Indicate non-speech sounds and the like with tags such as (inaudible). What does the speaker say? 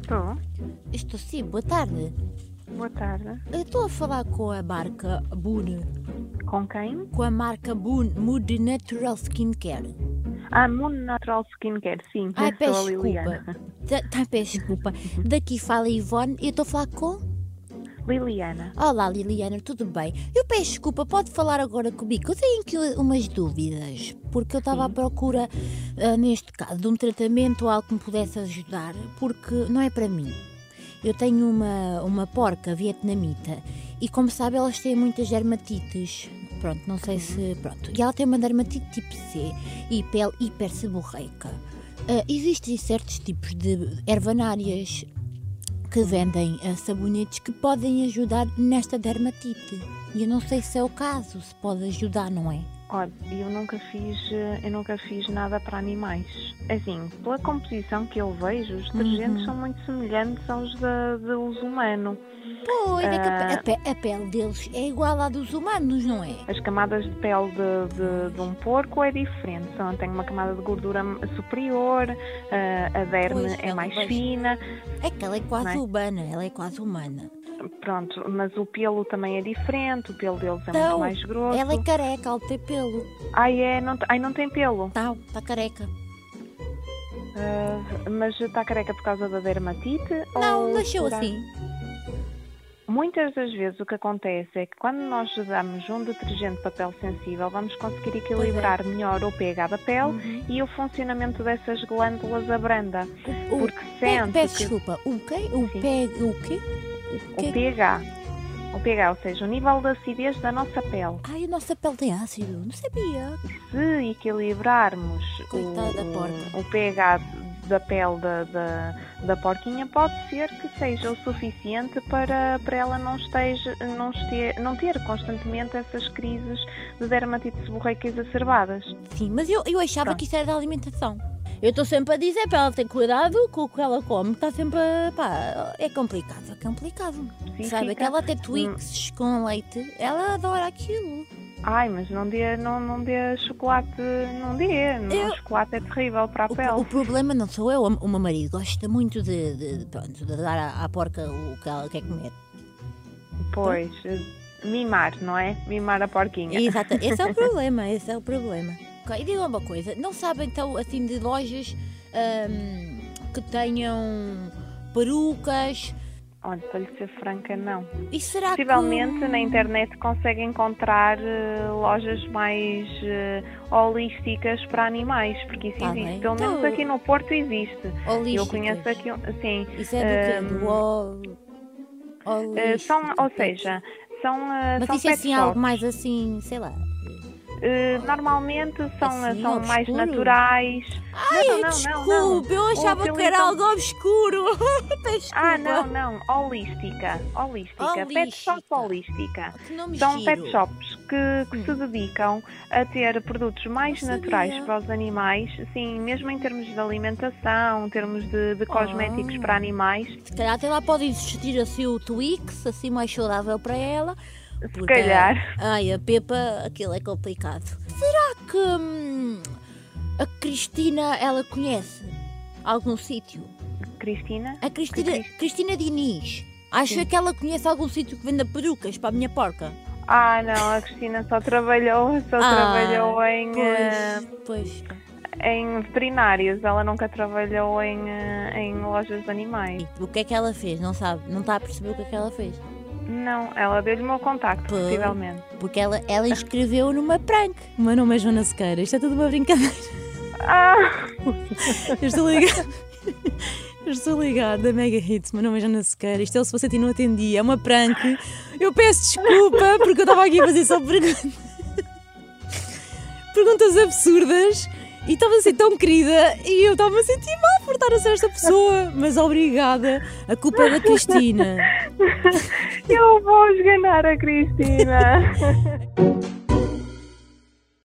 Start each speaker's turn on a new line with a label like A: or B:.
A: Estou.
B: Estou sim, boa tarde.
A: Boa tarde.
B: Eu estou a falar com a marca Boon.
A: Com quem?
B: Com a marca Boon Mood Natural Skincare.
A: Ah, Mundo Natural Skincare, sim.
B: Ai,
A: eu
B: peço
A: sou a Liliana.
B: desculpa. Tá, tá, peço desculpa. Daqui fala a Ivone e eu estou a falar com.
A: Liliana.
B: Olá Liliana, tudo bem? Eu peço desculpa, pode falar agora comigo? Eu tenho aqui umas dúvidas, porque eu estava à procura, ah, neste caso, de um tratamento ou algo que me pudesse ajudar, porque não é para mim. Eu tenho uma, uma porca vietnamita e, como sabe, elas têm muitas dermatites. Pronto, não sei se. Pronto. E ela tem uma dermatite tipo C e pele hiper seborreica. Ah, existem certos tipos de ervanárias que vendem eh, sabonetes que podem ajudar nesta dermatite. E eu não sei se é o caso, se pode ajudar, não é?
A: Olha, eu nunca fiz, eh, eu nunca fiz nada para animais. Assim, pela composição que eu vejo, os detergentes
B: Uhum.
A: são muito semelhantes aos da, de uso humano.
B: Pois, é que
A: Ah.
B: a, pe- a pe- a pele deles é igual à dos humanos, não é?
A: As camadas de pele de, de- de um porco é diferente. Então, tem uma camada de gordura superior, eh, a derme
B: Pois,
A: é mais
B: pois.
A: fina.
B: É que ela é quase
A: Não é?
B: humana, ela é quase humana.
A: Pronto, mas o pelo também é diferente, o pelo deles é
B: Então,
A: muito mais grosso.
B: Ela é careca, ela tem pelo.
A: Ai, é, não, ai, não tem pelo,
B: Tal, está careca.
A: Ah, mas está careca por causa da dermatite?
B: Não,
A: ou
B: nasceu
A: será-
B: assim.
A: Muitas das vezes o que acontece é que quando nós usamos um detergente de papel sensível, vamos
B: é.
A: conseguir equilibrar melhor o pH da pele e o funcionamento dessas glândulas abranda.
B: O-
A: Porque
B: Pe-
A: sente
B: peço
A: que
B: desculpa, o quê? O
A: Sim.
B: pé, o quê? O
A: o
B: quê?
A: pH, o pH, ou seja, o nível de acidez da nossa pele,
B: Ai, a nossa pele tem ácido, não sabia.
A: se equilibrarmos
B: Coitada da
A: o,
B: porca.
A: o pH da pele da, da, da porquinha, pode ser que seja o suficiente para, para ela não, esteja, não, este, não ter constantemente essas crises de dermatite seborreica exacerbadas.
B: Sim, mas eu, eu achava
A: Pronto.
B: que isso era da alimentação. Eu estou sempre a dizer para ela ter cuidado com o que ela come, que está sempre a. pá, é complicado, é complicado.
A: Sim, fica.
B: Sabe,
A: hum.
B: aquela até Twix com leite, ela adora aquilo.
A: Ai, mas não dê, não, não dê chocolate, não dê. Não,
B: Eu-
A: Chocolate é terrível para a
B: O,
A: pele.
B: o problema não sou eu, o meu marido gosta muito de, de- de, pronto, de dar à, à porca o que ela quer comer.
A: Pois, eh, mimar, não é? Mimar a porquinha.
B: Exato, esse é
A: (laughs)
B: o problema, esse é o problema. Ok, E digam uma coisa, não sabem então assim de lojas ahm, que tenham perucas
A: Olha, para lhe ser franca, não.
B: e será que-
A: Possivelmente na internet consegue encontrar eh, lojas mais eh, holísticas para animais, porque isso
B: Tá
A: existe.
B: bem.
A: Pelo menos
B: Então-
A: aqui no Porto existe. Eu
B: holísticas?
A: conheço aqui, um- sim.
B: Isso é do quê? Do ol...
A: Eh,
B: holístico,
A: são, ou
B: do quê?
A: seja, são, eh,
B: Mas
A: são
B: isso é
A: pet
B: assim algo
A: shops.
B: mais assim, sei lá.
A: Eh, normalmente são,
B: Assim,
A: são mais
B: obscuro?
A: naturais.
B: Ai,
A: não, não,
B: desculpa,
A: não, não.
B: eu achava que era
A: utilizam-
B: algo obscuro. (laughs) Desculpa.
A: Ah, não, não, holística. Holística. Pet shop
B: Holística.
A: holística.
B: Que nome
A: São um
B: giro. Hum.
A: pet shops que, que se dedicam a ter produtos mais
B: Não sabia.
A: naturais para os animais, sim, mesmo em termos de alimentação, em termos de, de cosméticos para
B: Oh.
A: animais,
B: Se calhar até lá pode existir assim o Twix, assim mais saudável para ela.
A: se
B: Porque,
A: calhar.
B: Ai, a Pepa, aquilo é complicado. Será que hum, a Cristina, ela conhece algum sítio?
A: Cristina?
B: A Cristina,
A: Que
B: Cristina Diniz. Acha que ela conhece algum sítio que venda perucas para a minha porca?
A: Ah, não, a Cristina só trabalhou, só
B: Ah,
A: trabalhou em, eh,
B: Pois, pois.
A: em veterinários, ela nunca trabalhou em, eh, em lojas de animais.
B: E O que é que ela fez? Não sabe, não está a perceber o que é que ela fez.
A: Não, ela deu-lhe o meu contacto,
B: Pois.
A: possivelmente.
B: Porque ela, ela inscreveu numa prank. Ah. O meu nome é Joana Sequeira, isto é tudo uma brincadeira.
A: Ah!
C: Eu estou ligado. Eu estou ligado da Mega Hits, meu nome é Jana Sequeira. Isto é o Se Você Ti Não Atendi, é uma prank. Eu peço desculpa porque eu estava aqui a fazer só perguntas. perguntas absurdas e estava a ser tão querida e eu estava a sentir mal por estar a ser esta pessoa. Mas obrigada, a culpa é da Cristina.
A: Eu vou esganar a Cristina!